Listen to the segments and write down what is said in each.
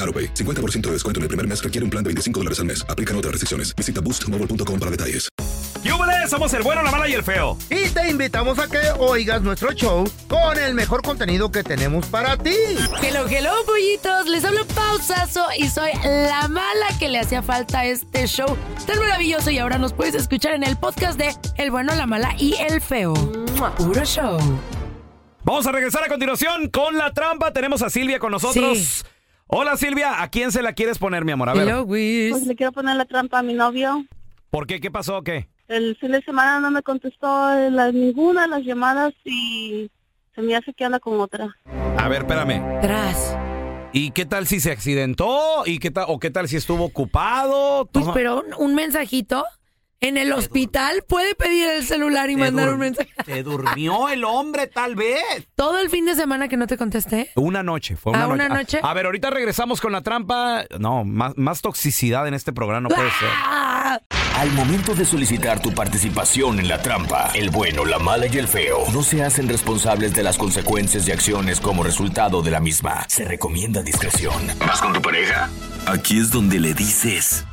AroPay. 50% de descuento en el primer mes requiere un plan de 25 dólares al mes. Aplican otras restricciones. Visita boostmobile.com para detalles. ¡Yúbele! Somos el bueno, la mala y el feo. Y te invitamos a que oigas nuestro show con el mejor contenido que tenemos para ti. Hello, hello, pollitos. Les hablo pausazo y soy la mala que le hacía falta a este show tan maravilloso. Y ahora nos puedes escuchar en el podcast de El bueno, la mala y el feo. Puro show. Vamos a regresar a continuación con la trampa. Tenemos a Silvia con nosotros. Sí. Hola Silvia, ¿a quién se la quieres poner, mi amor? A ver, Hello, Wiz. Pues le quiero poner la trampa a mi novio. ¿por qué? ¿Qué pasó? ¿Qué? El fin de semana no me contestó la- ninguna de las llamadas y se me hace que anda con otra. A ver, espérame. Tras. ¿Y qué tal si se accidentó? ¿Y qué tal o qué tal si estuvo ocupado? Pues, Toma- pero un, un mensajito en el hospital puede pedir el celular y mandar un mensaje. Se durmió el hombre, tal vez. Todo el fin de semana que no te contesté. Una noche, fue una Ah, noche. una noche. A, a ver, ahorita regresamos con la trampa. No, más, más toxicidad en este programa no puede ser. ¡Ah! Al momento de solicitar tu participación en la trampa, el bueno, la mala y el feo no se hacen responsables de las consecuencias y acciones como resultado de la misma. Se recomienda discreción. ¿Vas con tu pareja? Aquí es donde le dices.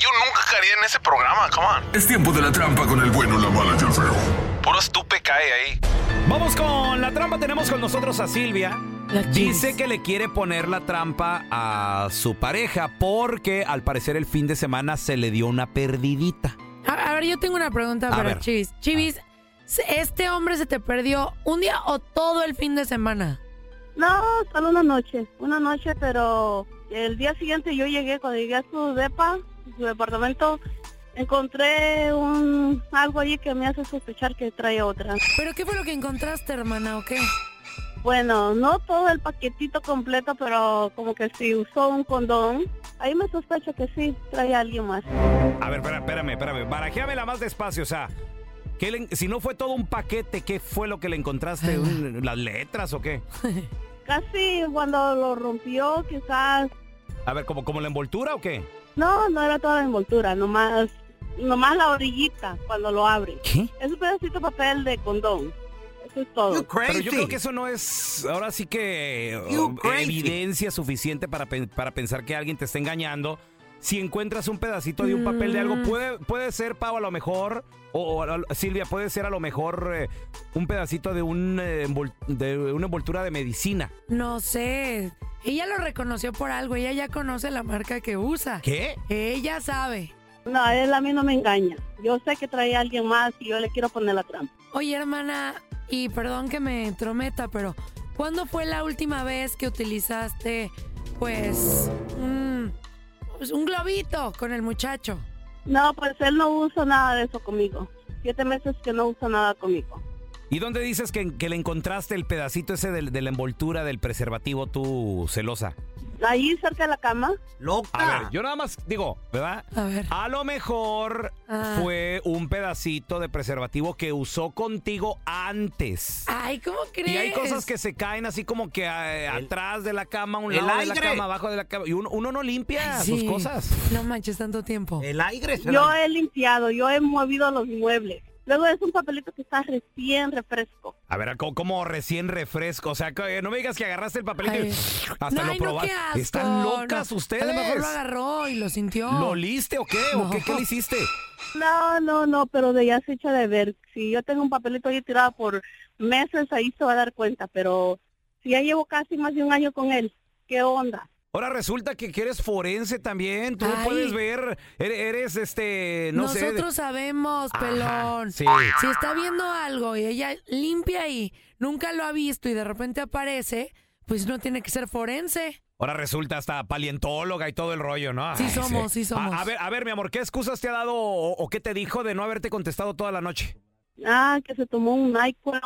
yo nunca caería en ese programa, come on. Es tiempo de la trampa con el bueno, la mala y el feo. Puro estupe cae ahí. Vamos con la trampa. Tenemos con nosotros a Silvia. La Dice chis. que le quiere poner la trampa a su pareja porque al parecer el fin de semana se le dio una perdidita. A, a ver, yo tengo una pregunta A ver. para Chivis. Chivis, ¿se- ¿este hombre se te perdió un día o todo el fin de semana? No, solo una noche, una noche, pero el día siguiente yo llegué, cuando llegué a su depa, su departamento, encontré un algo allí que me hace sospechar que trae otra. ¿Pero qué fue lo que encontraste, hermana, o qué? Bueno, no todo el paquetito completo, pero como que si usó un condón, ahí me sospecho que sí, trae a alguien más. A ver, espera- espérame, espérame. Barajéamela más despacio, o sea. ¿qué le en- si no fue todo un paquete, ¿qué fue lo que le encontraste? ¿Un- ¿Las letras o qué? Casi cuando lo rompió, quizás A ver, ¿como, como la envoltura o qué? No, no era toda la envoltura, nomás, nomás la orillita cuando lo abre. ¿Qué? Es un pedacito de papel de condón. Eso es todo. Pero yo creo que eso no es, ahora sí que, You um, crazy. evidencia suficiente para, pen- para pensar que alguien te está engañando. Si encuentras un pedacito de un papel de algo, Mm. puede, puede ser, Pau, a lo mejor, o, o a lo- Silvia, puede ser a lo mejor eh, un pedacito de, un, eh, envol- de una envoltura de medicina. No sé. Ella lo reconoció por algo. Ella ya conoce la marca que usa. ¿Qué? Ella sabe. No, él a mí no me engaña. Yo sé que trae a alguien más y yo le quiero poner la trampa. Oye, hermana, y perdón que me entrometa, pero ¿cuándo fue la última vez que utilizaste, pues, un, pues, un globito con el muchacho? No, pues él no usa nada de eso conmigo. Siete meses que no usa nada conmigo. ¿Y dónde dices que, que le encontraste el pedacito ese del- de, la envoltura del preservativo tú, celosa? Ahí cerca de la cama. Loca. yo nada más digo, ¿verdad? A ver. A lo mejor Ah. fue un pedacito de preservativo que usó contigo antes. Ay, ¿cómo Ah, crees? Y hay cosas que se caen así como que eh, atrás de la cama, a un el lado de la aire. cama, abajo de la cama. Y uno, uno no limpia Sí. sus cosas. Eh, No manches tanto tiempo. El aire se Yo la- he limpiado, yo he movido los muebles. Luego es un papelito que está recién refresco. A ver, co- como recién refresco. O sea, que, eh, no me digas que agarraste el papel y Ay. hasta No, lo ay, no, probaste. qué asco, Están locas no. ustedes. A lo mejor lo agarró y lo sintió. ¿Lo oliste o qué? ¿O No. qué, qué le hiciste? No, no, no, pero de ya se echa de ver. Si yo tengo un papelito ahí tirado por meses, ahí se va a dar cuenta. Pero si ya llevo casi más de un año con él, ¿qué onda? Ahora resulta que, que eres forense también. Tú Ay. puedes ver. er- Eres, este. No sé. de- Nosotros sabemos, Ajá, pelón. sí. Si está viendo algo y ella limpia y nunca lo ha visto y de repente aparece, pues no tiene que ser forense. Ahora resulta hasta paleontóloga y todo el rollo, ¿no? Sí somos, sí A- somos. A, ver, a ver, mi amor, ¿qué excusas te ha dado o, o qué te dijo de no haberte contestado toda la noche? Ah, que se tomó un NyQuil.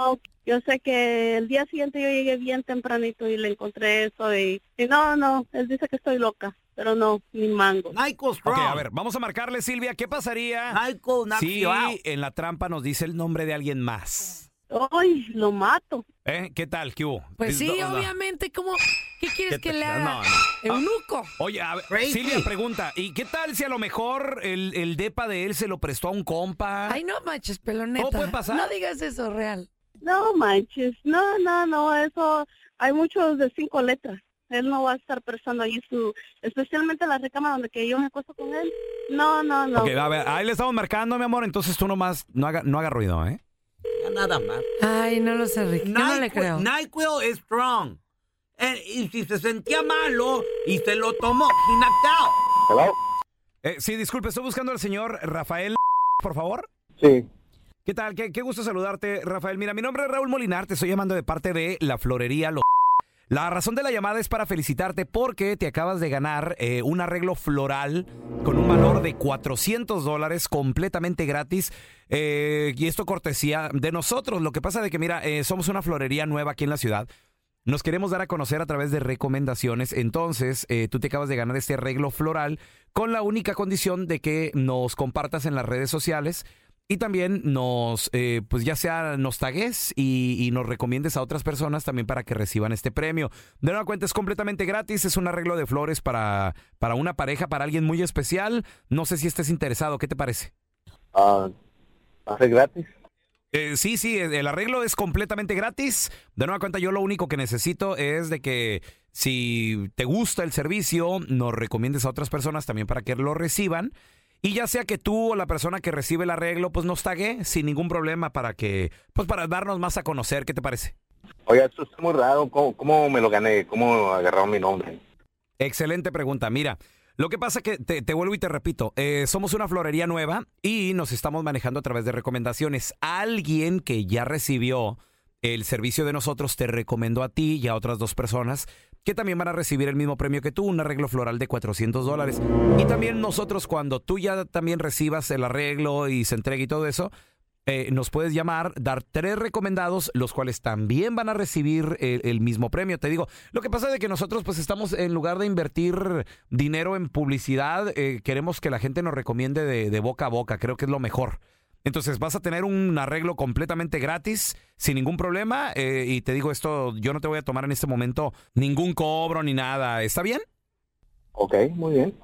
Yo sé que el día siguiente yo llegué bien tempranito y le encontré eso y, y no, no, él dice que estoy loca, pero no, ni mango. Michael Strong. Ok, a ver, vamos a marcarle, Silvia. ¿Qué pasaría Pues, Michael knocks si you out. en la trampa nos dice el nombre de alguien más? Ay, lo mato. ¿Eh? ¿Qué tal? ¿Qué hubo? Pues sí, No, no. obviamente, ¿cómo? ¿Qué quieres ¿Qué que te- le haga? no, Ah. no. Eunuco. Oye, a ver, Crazy. Silvia pregunta, ¿y qué tal si a lo mejor el, el depa de él se lo prestó a un compa? Ay, no manches, peloneta. Ah. ¿Cómo puede pasar? No digas eso, real. No manches, no, no, no, eso hay muchos de cinco letras. Él no va a estar prestando ahí su, especialmente la recámara donde que yo me acuesto con él. No, no, no. Ok, a ver, ahí le estamos marcando, mi amor, entonces tú nomás no haga, no haga ruido, ¿eh? Ya nada más. Ay, no lo sé, Rick. Yo no le NyQuil- creo. NyQuil is strong. Eh, y si se sentía malo y se lo tomó, he knocked out. Eh, sí, disculpe, estoy buscando al señor Rafael, por favor. Sí. ¿Qué tal? Qué, qué gusto saludarte, Rafael. Mira, mi nombre es Raúl Molinar, te estoy llamando de parte de La Florería Los... La razón de la llamada es para felicitarte porque te acabas de ganar eh, un arreglo floral con un valor de 400 dólares completamente gratis. eh, y esto cortesía de nosotros. Lo que pasa de que, mira, eh, somos una florería nueva aquí en la ciudad. Nos queremos dar a conocer a través de recomendaciones. Entonces, eh, tú te acabas de ganar este arreglo floral con la única condición de que nos compartas en las redes sociales y también nos, eh, pues ya sea nos tagues y, y nos recomiendes a otras personas también para que reciban este premio. De nueva cuenta, es completamente gratis. Es un arreglo de flores para, para una pareja, para alguien muy especial. No sé si estés interesado. ¿Qué te parece? Ah, ¿Hace gratis? Eh, sí, sí, el el arreglo es completamente gratis. De nueva cuenta, yo lo único que necesito es de que si te gusta el servicio, nos recomiendes a otras personas también para que lo reciban. Y ya sea que tú o la persona que recibe el arreglo, pues nos tague sin ningún problema para que, pues para darnos más a conocer, ¿qué te parece? Oiga, esto está muy raro. ¿Cómo, cómo me lo gané? ¿Cómo agarraron mi nombre? Excelente pregunta. Mira, lo que pasa que te, te vuelvo y te repito, eh, somos una florería nueva y nos estamos manejando a través de recomendaciones. Alguien que ya recibió el servicio de nosotros te recomendó a ti y a otras dos personas que también van a recibir el mismo premio que tú, un arreglo floral de 400 dólares. Y también nosotros cuando tú ya también recibas el arreglo y se entregue y todo eso, eh, nos puedes llamar, dar tres recomendados, los cuales también van a recibir el, el mismo premio. Te digo, lo que pasa es que nosotros pues estamos, en lugar de invertir dinero en publicidad, eh, queremos que la gente nos recomiende de, de boca a boca, creo que es lo mejor. Entonces vas a tener un arreglo completamente gratis, sin ningún problema, eh, y te digo esto, yo no te voy a tomar en este momento ningún cobro ni nada, ¿está bien? Ok, muy bien.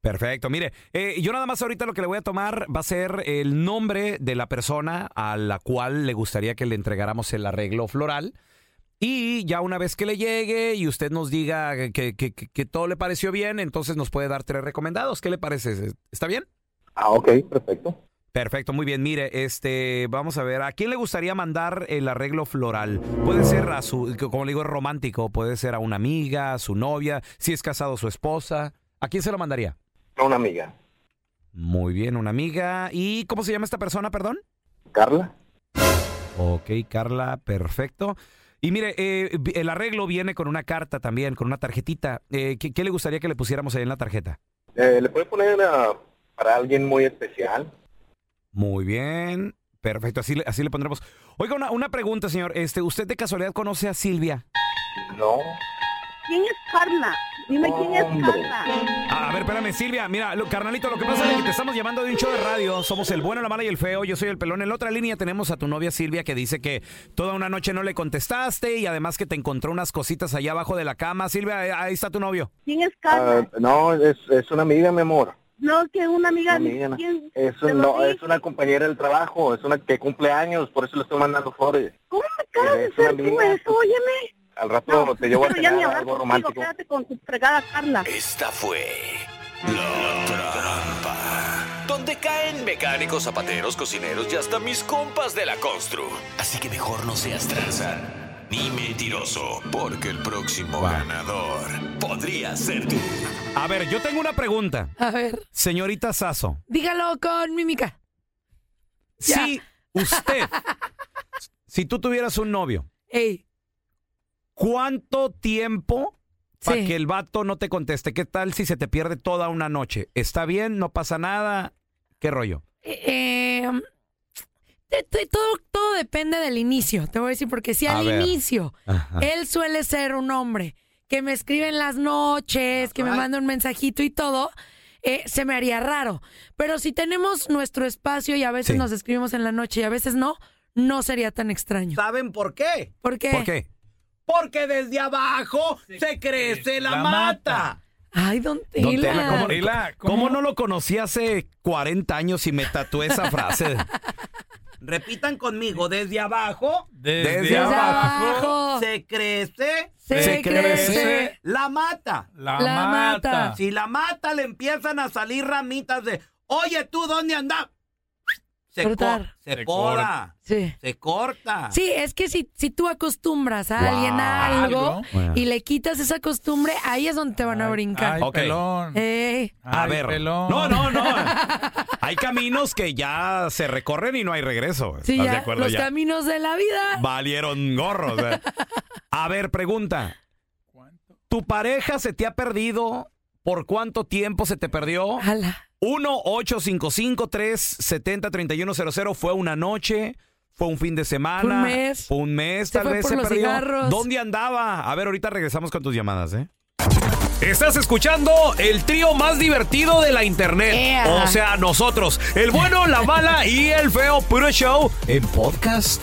Perfecto, mire, eh, yo nada más ahorita lo que le voy a tomar va a ser el nombre de la persona a la cual le gustaría que le entregáramos el arreglo floral. Y ya una vez que le llegue y usted nos diga que, que- que- que todo le pareció bien, entonces nos puede dar tres recomendados. ¿Qué le parece? ¿Está bien? Ah, ok, perfecto. Perfecto, muy bien. Mire, este, vamos a ver, ¿a quién le gustaría mandar el arreglo floral? Puede ser a su, como le digo, romántico, puede ser a una amiga, a su novia, si es casado, su esposa. ¿A quién se lo mandaría? A una amiga. Muy bien, una amiga. ¿Y cómo se llama esta persona, perdón? ¿Carla? Ok, Carla, perfecto. Y mire, eh, vi- el arreglo viene con una carta también, con una tarjetita. Eh, ¿qué, qué le gustaría que le pusiéramos ahí en la tarjeta? Eh, ¿Le puede poner ah, para alguien muy especial? Muy bien, perfecto, así, le- así le pondremos. Oiga, una, una pregunta, señor. Este, ¿Usted de casualidad conoce a Silvia? No. ¿Quién es Carla? Dime quién es Hombre. Carla. A a ver, espérame, Silvia, mira, lo- carnalito, lo que pasa es que te estamos llamando de un show de radio. Somos el bueno, la mala y el feo. Yo soy el pelón. En la otra línea tenemos a tu novia Silvia que dice que toda una noche no le contestaste y además que te encontró unas cositas allá abajo de la cama. Silvia, eh, ahí está tu novio. ¿Quién es Ah, Carla? no, es, es una amiga, mi amor. no, que una amiga. Amiga, ¿quién? Es, Te un- lo no, dije. es una compañera del trabajo, es una que cumple años, por eso le estoy mandando flores. ¿Cómo me acabas de Es una hacer tú amiga. eso? Óyeme. Al rato te llevo a Pero ya ni cenar algo hablar contigo, romántico. Quédate con tu fregada Carla. Esta fue la trampa. Donde caen mecánicos, zapateros, cocineros y hasta mis compas de la constru. Así que mejor no seas tranza ni mentiroso, porque el próximo ganador podría ser tú. A ver, yo tengo una pregunta. A ver, Señorita Sasso, dígalo con mímica. si usted, si tú tuvieras un novio, Ey, ¿cuánto tiempo para Sí. que el vato no te conteste? ¿Qué tal si se te pierde toda una noche? ¿Está bien? ¿No pasa nada? ¿Qué rollo? eh, em, te- te- todo, todo depende del inicio, te voy a decir, porque si A al ver. inicio Ajá. él suele ser un hombre que me escribe en las noches, que me manda un mensajito y todo, eh, se me haría raro. Pero si tenemos nuestro espacio y a veces Sí. nos escribimos en la noche y a veces no, no sería tan extraño. ¿Saben por qué? ¿Por qué? ¿Por qué? Porque desde abajo se, crece la, la mata. Ay, don Don Tela. Tela, ¿cómo, Tela, cómo ¿cómo? no lo conocí hace 40 años y me tatué esa frase? Repitan conmigo, desde abajo Desde, Desde abajo, abajo se crece se, se crece, crece. la mata. la, La mata. mata. Si la mata le empiezan a salir ramitas de, oye tú, ¿dónde andas? Se, Cortar. se, Se poda, corta. Sí. se corta. Sí, es que si, si tú acostumbras a alguien a algo algo. y le quitas esa costumbre, ahí es donde te van a brincar. Eh, Ay, Ok. pelón. Ey, A Ay, ver. pelón. No, no, no. Hay caminos que ya se recorren y no hay regreso. sí, ¿Estás de ya, acuerdo? los Ya caminos de la vida. Valieron gorros. eh. A ver, pregunta. ¿Cuánto? ¿Tu pareja se te ha perdido? ¿Por cuánto tiempo se te perdió? Ala. 1-855-370-3100. Fue una noche, fue un fin de semana. Fue un mes. Fue un mes, Se tal fue vez por se los perdió. cigarros. ¿Dónde andaba? A ver, ahorita regresamos con tus llamadas, ¿eh? Estás escuchando el trío más divertido de la internet. Ea. O sea, nosotros. El bueno, la mala y el feo. Puro show en podcast.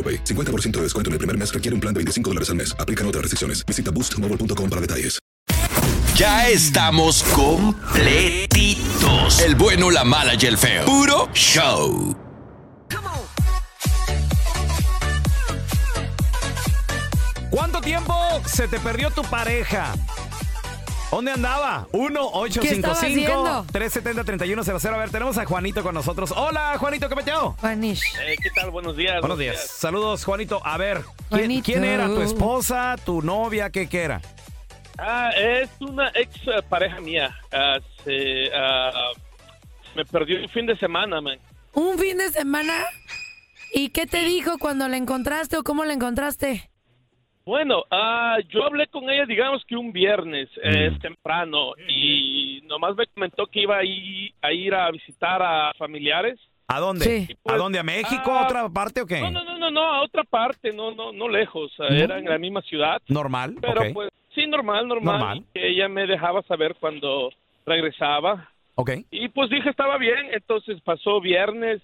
50% de descuento en el primer mes requiere un plan de 25 dólares al mes. Aplican otras restricciones. Visita boostmobile.com para detalles. Ya estamos completitos. El bueno, la mala y el feo. Puro show. ¿Cuánto tiempo se te perdió tu pareja? ¿Dónde andaba? ¿Qué estaba haciendo? 1-855-370-3100. A ver, tenemos a Juanito con nosotros. Hola, Juanito, ¿qué peteo? Juanish. Eh, ¿Qué tal? Buenos días. Buenos días. Saludos, Juanito. A ver, ¿quién, quién era? ¿Tu esposa? ¿Tu novia? ¿Qué, qué era? Ah, es una ex eh, pareja mía. Ah, se, ah, me perdió un fin de semana, man. ¿Un fin de semana? ¿Y qué te dijo cuando la encontraste o cómo la encontraste? Bueno, ah, yo hablé con ella, digamos que un viernes eh, temprano y nomás me comentó que iba a ir a, ir a visitar a familiares. ¿A dónde? Sí. ¿A dónde? ¿A México? Ah, ¿A otra parte o qué? No, no, no, no, no, a otra parte, no, no, no lejos, eh, No. era en la misma ciudad. Normal, Pero ok. pues sí, normal, normal. Normal. Que ella me dejaba saber cuando regresaba. Ok. Y pues dije estaba bien, entonces pasó viernes,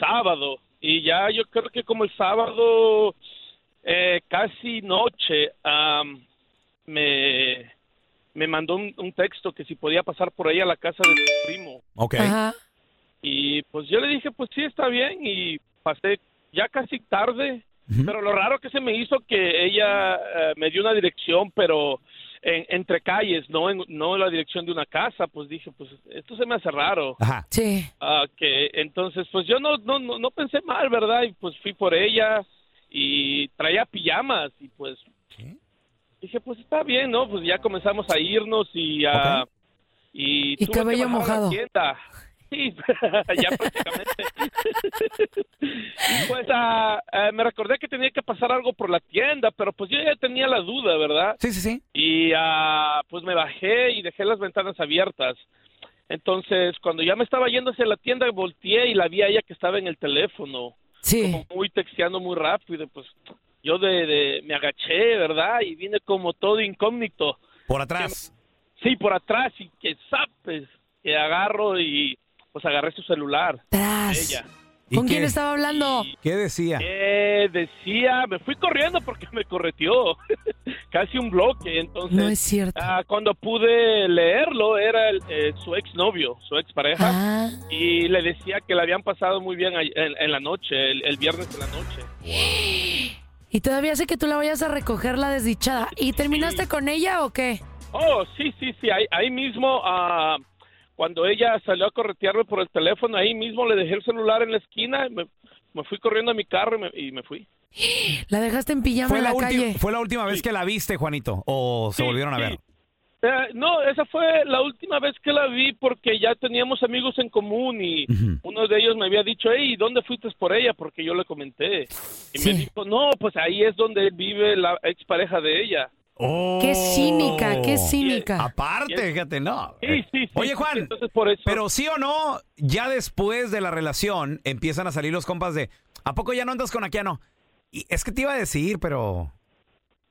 sábado, y ya yo creo que como el sábado eh, casi noche am, me, me mandó un, un texto que si podía pasar por ahí a la casa de su primo. Ok. Y pues yo le dije, pues sí, está bien, y pasé ya casi tarde, pero lo raro que se me hizo que ella eh, me dio una dirección, pero en- entre calles, no en, no en la dirección de una casa, pues dije, pues esto se me hace raro. Ajá. Sí. Ah, que entonces, pues yo no, no, no, no pensé mal, ¿verdad? Y pues fui por ella y traía pijamas y pues dije, pues está bien, ¿no? Pues ya comenzamos a irnos y... ah, y, Y tuve que cabello bajar a la mojado. tienda. Sí, ya prácticamente. Y, pues ah, ah, me recordé que tenía que pasar algo por la tienda, pero pues yo ya tenía la duda, ¿verdad? Sí, sí, sí. Y ah, pues me bajé y dejé las ventanas abiertas. Entonces, cuando ya me estaba yendo hacia la tienda, volteé y la vi a ella que estaba en el teléfono. Sí. Muy texteando muy rápido, pues yo de, de- me agaché, ¿verdad? Y vine como todo incógnito. Por atrás. Sí, por atrás y que zapes, que agarro y pues agarré su celular. Tras. Ella. ¿Con quién estaba hablando? ¿Qué decía? Eh, decía, me fui corriendo porque me correteó casi un bloque, entonces. No es cierto. ah, cuando pude leerlo era el, eh, su exnovio, su expareja, Ah. y le decía que la habían pasado muy bien ahí- en, en la noche, el, el viernes en la noche. Y todavía sé que tú la vayas a recoger la desdichada. ¿Y terminaste con ella o qué? Oh, sí, sí, sí, ahí, ahí mismo, ah, cuando ella salió a corretearme por el teléfono, ahí mismo le dejé el celular en la esquina, me, me fui corriendo a mi carro y me, y me fui. La dejaste en pijama ¿Fue en la, la, ulti- calle. ¿Fue la última vez que la viste, Juanito? ¿O se volvieron a ver? Eh, no, esa fue la última vez que la vi porque ya teníamos amigos en común y uno de ellos me había dicho, hey, ¿dónde fuiste por ella? Porque yo le comenté. Y me dijo, no, pues ahí es donde vive la expareja de ella. Qué cínica, qué Oh. cínica. Aparte, fíjate, no. Eh, Oye, Juan, por pero sí o no, ya después de la relación empiezan a salir los compas de, ¿a poco ya no andas con Aquiano? Y es que te iba a decir, pero...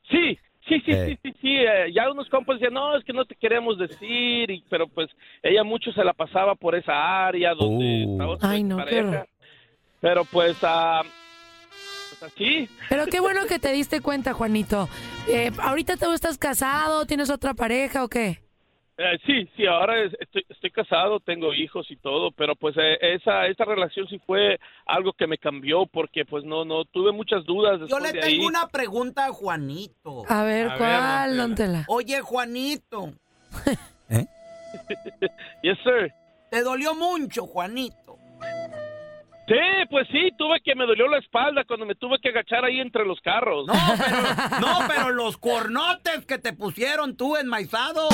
Sí, sí, sí, Eh. sí, sí, sí. eh, ya unos compas decían, no, es que no te queremos decir, y- pero pues ella mucho se la pasaba por esa área Uh. donde estaba su Ay, no, qué expareja. horror. Pero pues, ah, pues así. Pero qué bueno que te diste cuenta, Juanito. Eh, ¿Ahorita tú estás casado? ¿Tienes otra pareja o qué? Eh, sí, sí, ahora es- estoy, estoy casado, tengo hijos y todo, pero pues eh, esa, esa relación sí fue algo que me cambió porque pues no, no, tuve muchas Yo dudas después le Pues de tengo ahí. una pregunta a Juanito. Ah. A ver, ¿cuál, don Tela? Oye, Juanito, Yes, sir. ¿te dolió mucho, Juanito? Sí, pues sí, tuve que me dolió la espalda cuando me tuve que agachar ahí entre los carros. No, No, pero los cornotes que te pusieron tú enmaizado.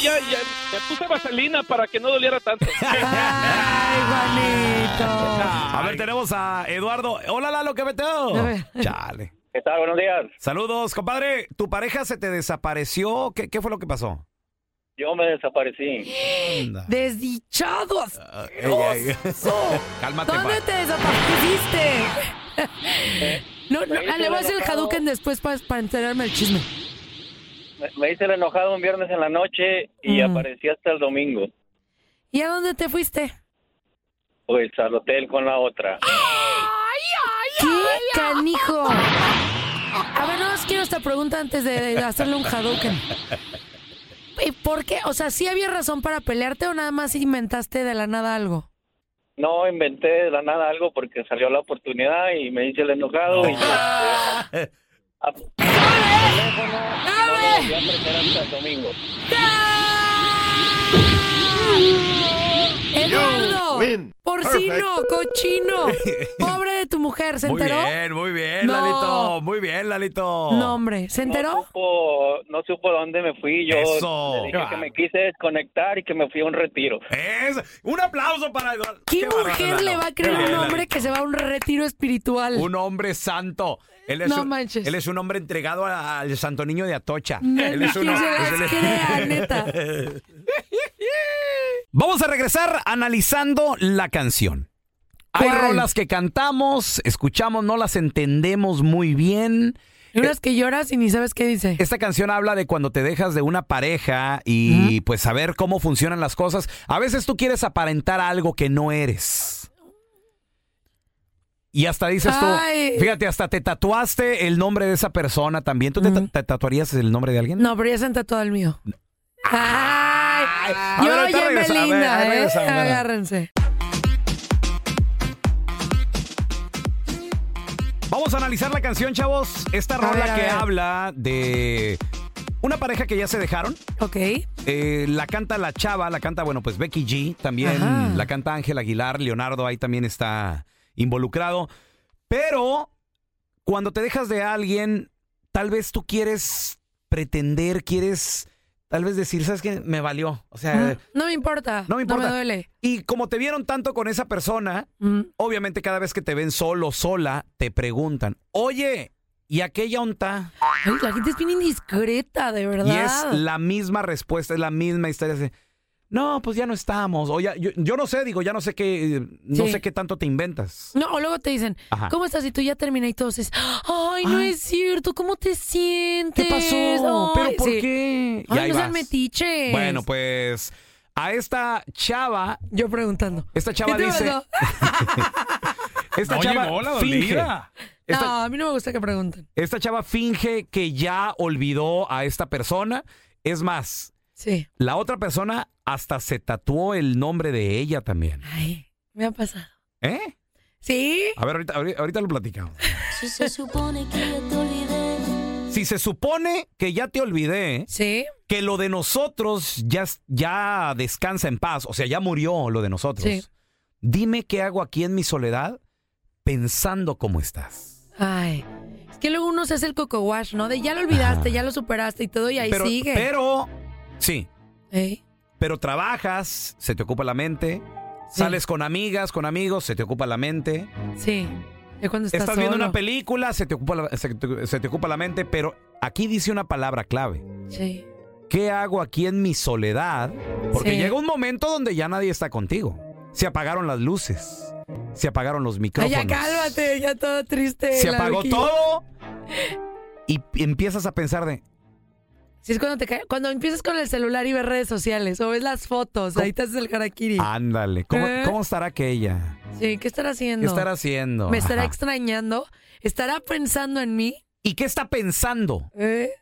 ya, ya, me puse vaselina para que no doliera tanto. A ver, tenemos a Eduardo. Hola, Lalo, ¿qué peteo? A ver. Chale. ¿Qué tal? Buenos días. Saludos, compadre. ¿Tu pareja se te desapareció? ¿Qué, qué fue lo que pasó? Yo me desaparecí. ¡Desdichados! Ah, Cálmate, ¿Dónde pa. te desapareciste? No, no, Me hice ah, le voy a hacer el enojado. Hadouken después pa- para enterarme del chisme. Me, me hice el enojado un viernes en la noche y Mm. aparecí hasta el domingo. ¿Y a dónde te fuiste? Pues al hotel con la otra. ¡Qué canijo! A ver, nada más quiero esta pregunta antes de hacerle un Hadouken. ¿Y ¿Por qué? O sea, ¿sí había razón para pelearte o nada más inventaste de la nada algo? No inventé de la nada algo porque salió la oportunidad y me hice el enojado. Y, teléfono. No lo volví a prestar hasta el domingo. Eduardo, win. porcino, cochino, pobre de tu mujer, ¿se Muy enteró? bien, muy bien, No. Lalito. Muy bien, Lalito. No, hombre, ¿se enteró? No supo, no supo dónde me fui. Yo Eso. le dije que me quise desconectar y que me fui a un retiro. Un aplauso para Eduardo. ¿Qué mujer bárbaro, le va a Lalo. creer Qué a un bien, hombre que se va a un retiro espiritual? Un hombre santo. Él es, No un, manches. él es un hombre entregado a- al santo niño de Atocha. No, él es ni un quien se es las el- crea, neta. Vamos a regresar analizando la canción. Hay rolas que cantamos, escuchamos, no las entendemos muy bien. unas que lloras y ni sabes qué dice. Esta canción habla de cuando te dejas de una pareja y pues saber cómo funcionan las cosas. A veces tú quieres aparentar algo que no eres. Y hasta dices tú, Ay. fíjate, hasta te tatuaste el nombre de esa persona también. ¿Tú te ta- te tatuarías el nombre de alguien? No, pero ya se han todo el mío. ¡Ay! A ver, Yo ahorita oye, regresa- a ver, Melinda, ahí ¿eh? regresamos, mira. Agárrense. Vamos a analizar la canción, chavos. Esta rola que habla de una pareja que ya se dejaron. Ok. Eh. la canta la chava, la canta, bueno, pues Becky G también. Ajá. La canta Ángel Aguilar, Leonardo ahí también está involucrado. Pero cuando te dejas de alguien, tal vez tú quieres pretender, quieres tal vez decir, ¿sabes qué? Me valió. O sea, Mm. No me importa. No me importa. me duele. Mm. y como te vieron tanto con esa persona, obviamente cada vez que te ven solo, sola, te preguntan, oye, ¿y aquella onta? Ay, la gente es bien indiscreta, de verdad. Y es la misma respuesta, es la misma historia. así, no, pues ya no estamos. O ya, yo, yo no sé, digo, ya no sé qué, eh, no Sí. sé qué tanto te inventas. No, o luego te dicen, Ajá. ¿cómo estás? Y tú ya terminé y todos es, ay, no es cierto, ¿cómo te sientes? Ah. ¿Qué pasó? ¿Pero Ay, por sí. qué? Y Ay, ahí no sean vas. metiches. Bueno, pues a esta chava. Yo preguntando. Esta chava ¿Qué te dice. pasó? Esta No chava llegó la finge. dolida. Esta, No, a mí no me gusta que pregunten. esta chava finge que ya olvidó a esta persona. Es más, Sí, la otra persona hasta se tatuó el nombre de ella también. me ha pasado. ¿Eh? ¿Sí? A ver, ahorita, ahorita- ahorita lo platicamos. Si se supone que ya te olvidé. Si se supone que ya te olvidé, que lo de nosotros ya, es- ya descansa en paz, o sea, ya murió lo de nosotros, Sí. dime qué hago aquí en mi soledad pensando cómo estás. Ay. Es que luego uno se hace el coco wash, ¿no? De ya lo olvidaste, ya lo superaste y todo, y ahí Ah. pero, sigue. pero, sí, Ey. pero trabajas, se te ocupa la mente, sales con amigas, con amigos, se te ocupa la mente, Sí. Ya cuando estás, estás, viendo solo. una película, se te, ocupa la- se te- se te ocupa la mente, pero aquí dice una palabra clave. Sí. ¿qué hago aquí en mi soledad? Porque Sí. llega un momento donde ya nadie está contigo. Se apagaron las luces, se apagaron los Ay, micrófonos, ya cálmate, ya todo triste. se la apagó loquilla. todo y empiezas a pensar de Sí, es cuando te cae, cuando empiezas con el celular y ves redes sociales o ves las fotos, ahí te haces el harakiri. Ah. ándale, ¿cómo, ¿Eh? cómo estará aquella? Sí, ¿qué estará haciendo? ¿Qué estará haciendo? ¿Me estará Ajá. extrañando? ¿Estará pensando en mí? ¿Y qué está pensando? ¿Eh?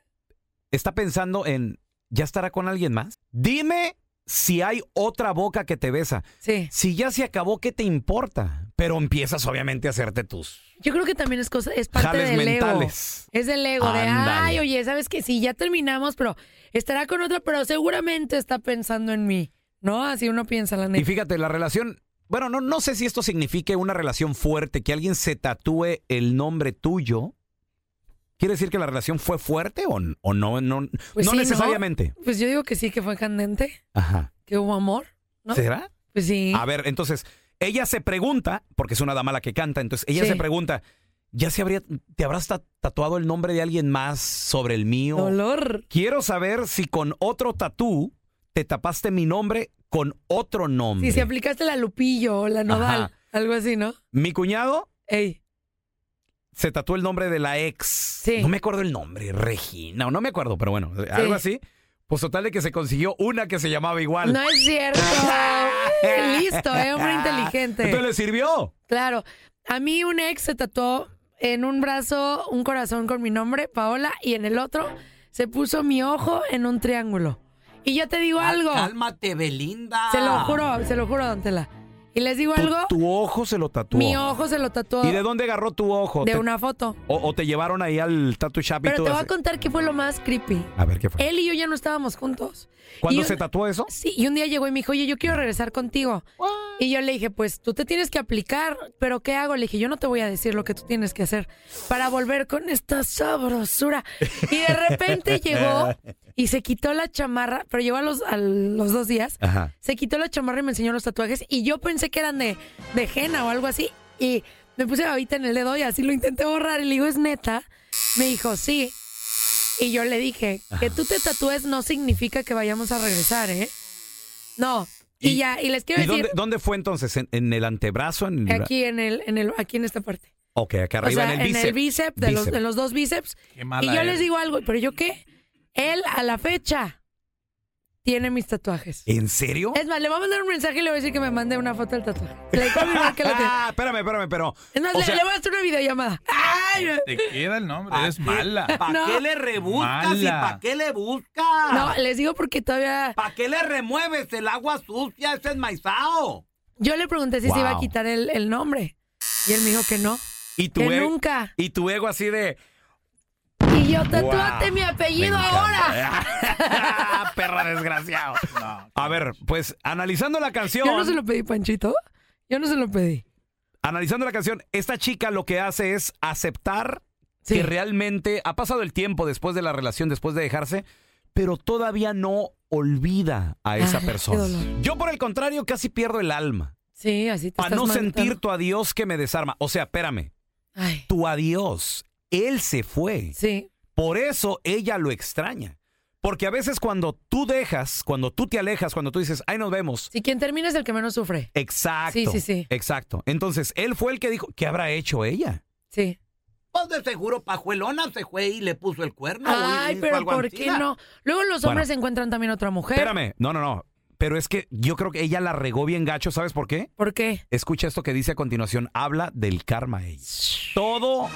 ¿Está pensando en ya estará con alguien más? Dime si hay otra boca que te besa. Sí. Si ya se acabó, ¿qué te importa? Pero empiezas obviamente a hacerte tus Yo creo que también es cosa, es parte Jales del mentales. ego. Es del ego, de Ándale. ay, oye, sabes que sí, ya terminamos, pero estará con otra, pero seguramente está pensando en mí. ¿No? Así uno piensa la Y neta. fíjate, la relación, bueno, no, no sé si esto signifique una relación fuerte, que alguien se tatúe el nombre tuyo. ¿Quiere decir que la relación fue fuerte o, n- o no? No, Pues no sí, necesariamente. Pues yo digo que sí, que fue candente, Ajá. que hubo amor, ¿no? ¿Será? Ah, Pues sí. A ver, entonces, ella se pregunta, porque es una dama la que canta, entonces ella Sí. se pregunta, ¿ya se habría, te habrás ta- tatuado el nombre de alguien más sobre el mío? Dolor. Quiero saber si con otro tatú te tapaste mi nombre con otro nombre. Sí, si aplicaste la Lupillo o la Nodal, Ajá. algo así, ¿no? Mi cuñado Ey. se tatuó el nombre de la ex. No me acuerdo el nombre, Regina, o no me acuerdo, pero bueno, eh, algo así. Pues total de que se consiguió una que se llamaba igual. No es cierto. Listo, ¿eh? Hombre inteligente. Entonces le sirvió. Claro. A mí un ex se tatuó en un brazo un corazón con mi nombre, Paola, y en el otro se puso mi ojo en un Ah, triángulo. Y yo te digo algo. Cálmate, Belinda. Se lo juro, se lo juro, Don Tela. Y les digo algo, Tu ojo se lo tatuó. mi ojo se lo tatuó ¿Y de dónde agarró tu ojo? de ¿Te- una foto. o, o te llevaron ahí al tattoo shop y Pero tú te voy así? a contar qué fue lo más creepy. A ver qué fue. Él y yo ya no estábamos juntos. ¿Cuándo Y se un- tatuó eso? Sí, y un día llegó y me dijo, oye, yo quiero regresar contigo. Y yo le dije, pues tú te tienes que aplicar, pero ¿qué hago? Le dije, yo no te voy a decir lo que tú tienes que hacer para volver con esta sabrosura. Y de repente llegó y se quitó la chamarra, pero llegó a los, a los dos días. Ajá. Se quitó la chamarra y me enseñó los tatuajes y yo pensé que eran de, de henna o algo así. Y me puse babita en el dedo y así lo intenté borrar. Y le digo, ¿es neta? Me dijo, sí. Y yo le dije, Ah. que tú te tatúes no significa que vayamos a regresar, ¿eh? No. Y, ya, y les quiero ¿Y decir, dónde, dónde fue entonces? ¿En, en el antebrazo? En el... aquí en el, en el, aquí en esta parte. Ok, acá arriba o sea, en el bíceps. bíceps, de los, Bíceps. en los dos bíceps. Qué mala y yo eres. les digo algo, pero yo qué, él a la fecha tiene mis tatuajes. ¿En serio? Es más, le voy a mandar un mensaje y le voy a decir que me mande una foto del tatuaje. Le voy a confirmar que lo tiene. Ah, espérame, espérame, pero. Es más, o le, sea, le voy a hacer una videollamada. ¡Ay! Te queda el nombre, es mala. ¿Para No. qué le rebuscas y Mala. para qué le ah. buscas? No, les digo porque todavía... ¿Para qué le remueves el agua sucia ese enmaizado? Yo le pregunté si se iba a Wow. quitar el, el nombre. Y él me dijo que no. y tu que ego- nunca. Y tu ego así de. Y yo, tatúate Wow. mi apellido Me ¿eh? ahora. Ah, perra desgraciado. A ver, pues analizando la canción. Yo no se lo pedí, Panchito. Yo no se lo pedí. Analizando la canción, esta chica lo que hace es aceptar que realmente ha pasado el tiempo después de la relación, después de dejarse, pero todavía no olvida a esa Ay, persona. qué dolor. Yo, por el contrario, casi pierdo el alma. Sí, así te Para estás no matando. sentir tu adiós que me desarma. O sea, espérame. Ay. Tu adiós. Él se fue. Sí. Por eso ella lo extraña. Porque a veces cuando tú dejas, cuando tú te alejas, cuando tú dices, ay, nos vemos. Si quien termina es el que menos sufre. Exacto. Sí, sí, sí. Exacto. Entonces, él fue el que dijo, ¿qué habrá hecho ella? Sí. Pues de seguro Pajuelona se fue y le puso el cuerno. Ay, pero ¿por qué no? Luego los hombres Bueno. encuentran también otra mujer. Espérame. No, no, no. Pero es que yo creo que ella la regó bien gacho. ¿Sabes por qué? ¿Por qué? Escucha esto que dice a continuación. Habla del karma ella. Todo.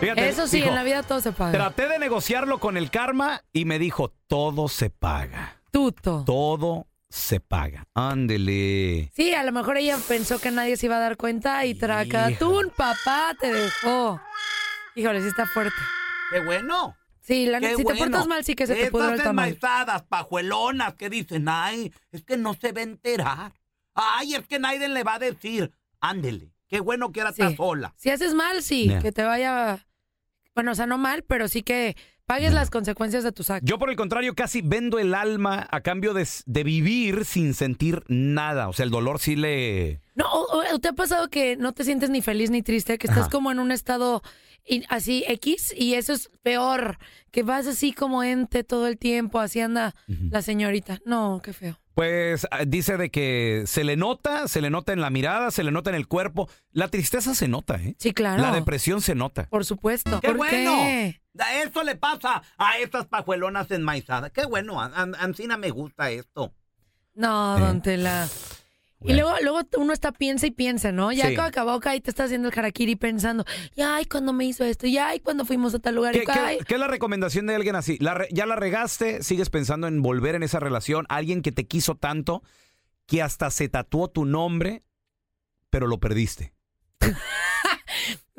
Fíjate, Eso sí, dijo, en la vida todo se paga. Traté de negociarlo con el karma y me dijo, todo se paga. Tuto. Todo se paga. Ándele. Sí, a lo mejor ella pensó que nadie se iba a dar cuenta y tracatún, papá, te dejó. Híjole, sí está fuerte. ¡Qué bueno! Sí, la neta, Qué si te bueno. portas mal, sí que se te pudrió el Estas tamal. enmaizadas, pajuelonas que dicen, ay, es que no se va a enterar. Ay, es que nadie le va a decir, ándele, qué bueno que ahora está sola. Si haces mal, sí, Mira. que te vaya. Bueno, o sea, no mal, pero sí que pagues las consecuencias de tus actos. Yo, por el contrario, casi vendo el alma a cambio de, de vivir sin sentir nada. O sea, el dolor sí le. No, o- o- ¿te ha pasado que no te sientes ni feliz ni triste, que estás Ajá. como en un estado in- así X y eso es peor, que vas así como ente todo el tiempo, así anda la señorita. No, qué feo. Pues ah, dice de que se le nota, se le nota en la mirada, se le nota en el cuerpo. La tristeza se nota, ¿eh? Sí, claro. La depresión se nota. Por supuesto. ¡Qué ¿Por bueno! qué? A Eso le pasa a estas pajuelonas enmaizadas. ¡Qué bueno! an- an- Ancina Ah, me gusta esto. No, Eh. don Tela. Y luego, luego uno está piensa y piensa, ¿no? Ya Sí. acaba acabó acá y te está haciendo el harakiri pensando, y ay, cuando me hizo esto, y ay, cuando fuimos a tal lugar, y ¿Qué, qué- ay. qué es la recomendación de alguien así? La re- ya la regaste, sigues pensando en volver en esa relación, alguien que te quiso tanto que hasta se tatuó tu nombre, pero lo perdiste.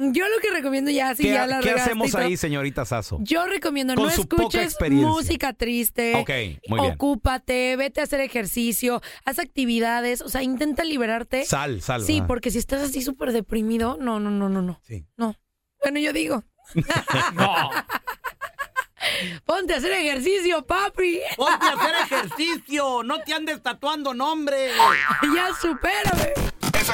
Yo lo que recomiendo ya, si ¿Qué, ya ha- la qué regaste y hacemos todo, ahí, señorita Sasso? Yo recomiendo Con no su poca escuches experiencia. música triste. Ok, muy bien. Ocúpate, vete a hacer ejercicio, haz actividades, o sea, intenta liberarte. Sal, sal, Sí, ajá. porque si estás así súper deprimido, no, no, no, no, no. Sí. No. Bueno, yo digo. Ponte a hacer ejercicio, papi. Ponte a hacer ejercicio, no te andes tatuando nombres. ya supérame. Eso